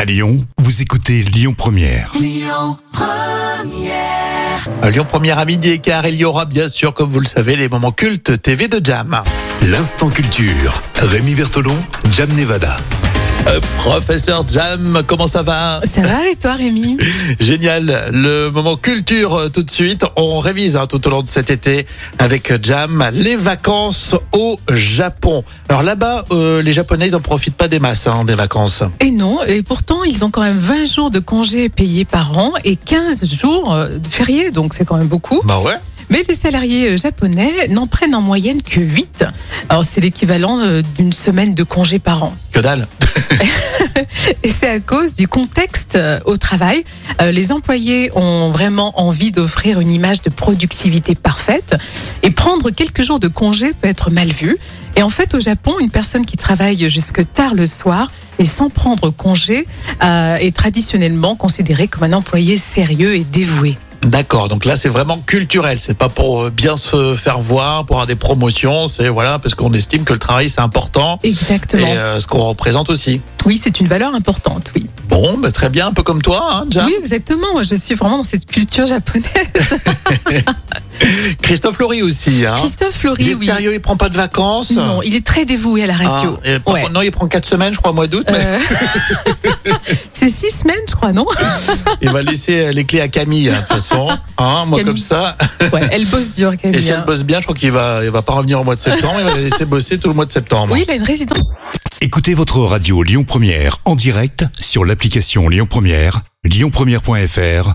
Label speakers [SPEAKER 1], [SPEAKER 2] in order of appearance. [SPEAKER 1] À Lyon, vous écoutez Lyon Première.
[SPEAKER 2] Euh, Lyon Première à midi et quart, il y aura bien sûr, comme vous le savez, les moments cultes TV de Jam.
[SPEAKER 1] L'instant culture. Rémi Bertolon, Jam Nevada.
[SPEAKER 2] Euh, professeur Jam, comment ça va
[SPEAKER 3] Ça va et toi Rémi
[SPEAKER 2] Génial, le moment culture euh, tout de suite. On révise hein, tout au long de cet été avec Jam les vacances au Japon. Alors là-bas, euh, les Japonais, ils en profitent pas des masses hein, des vacances.
[SPEAKER 3] Et non, et pourtant ils ont quand même 20 jours de congés payés par an et 15 jours euh, de fériés, donc c'est quand même beaucoup.
[SPEAKER 2] Bah ouais.
[SPEAKER 3] Mais les salariés euh, japonais n'en prennent en moyenne que 8. Alors c'est l'équivalent euh, d'une semaine de congés par an.
[SPEAKER 2] Que dalle.
[SPEAKER 3] Et c'est à cause du contexte euh, au travail. Euh, les employés ont vraiment envie d'offrir une image de productivité parfaite et prendre quelques jours de congé peut être mal vu. Et en fait, au Japon, une personne qui travaille jusque tard le soir et sans prendre congé euh, est traditionnellement considérée comme un employé sérieux et dévoué.
[SPEAKER 2] D'accord, donc là c'est vraiment culturel, c'est pas pour euh, bien se faire voir, pour avoir des promotions, c'est voilà, parce qu'on estime que le travail c'est important
[SPEAKER 3] Exactement.
[SPEAKER 2] et euh, ce qu'on représente aussi.
[SPEAKER 3] Oui, c'est une valeur importante, oui.
[SPEAKER 2] Bon, bah, très bien, un peu comme toi, hein, Jam.
[SPEAKER 3] Oui, exactement. Je suis vraiment dans cette culture japonaise.
[SPEAKER 2] Christophe Laurie aussi. Hein.
[SPEAKER 3] Christophe
[SPEAKER 2] il
[SPEAKER 3] Flory,
[SPEAKER 2] est
[SPEAKER 3] oui.
[SPEAKER 2] sérieux, il prend pas de vacances.
[SPEAKER 3] Non, il est très dévoué à la
[SPEAKER 2] Ah,
[SPEAKER 3] radio.
[SPEAKER 2] et par
[SPEAKER 3] Ouais.
[SPEAKER 2] contre, Non, il prend 4 semaines, je crois, au mois d'août. mais
[SPEAKER 3] Euh, c'est six semaines, je crois, non
[SPEAKER 2] Il va laisser euh, les clés à Camille, hein, de toute façon. Hein, moi,
[SPEAKER 3] Camille.
[SPEAKER 2] comme ça.
[SPEAKER 3] ouais, Elle bosse dur,
[SPEAKER 2] Et
[SPEAKER 3] Camille.
[SPEAKER 2] si elle
[SPEAKER 3] hein.
[SPEAKER 2] bosse bien, je crois qu'il va, il va pas revenir au mois de septembre. Il va la laisser bosser tout le mois de septembre.
[SPEAKER 3] Oui, il a une résidence.
[SPEAKER 1] Écoutez votre radio Lyon Première en direct sur l'application Lyon Première, lyonpremière.fr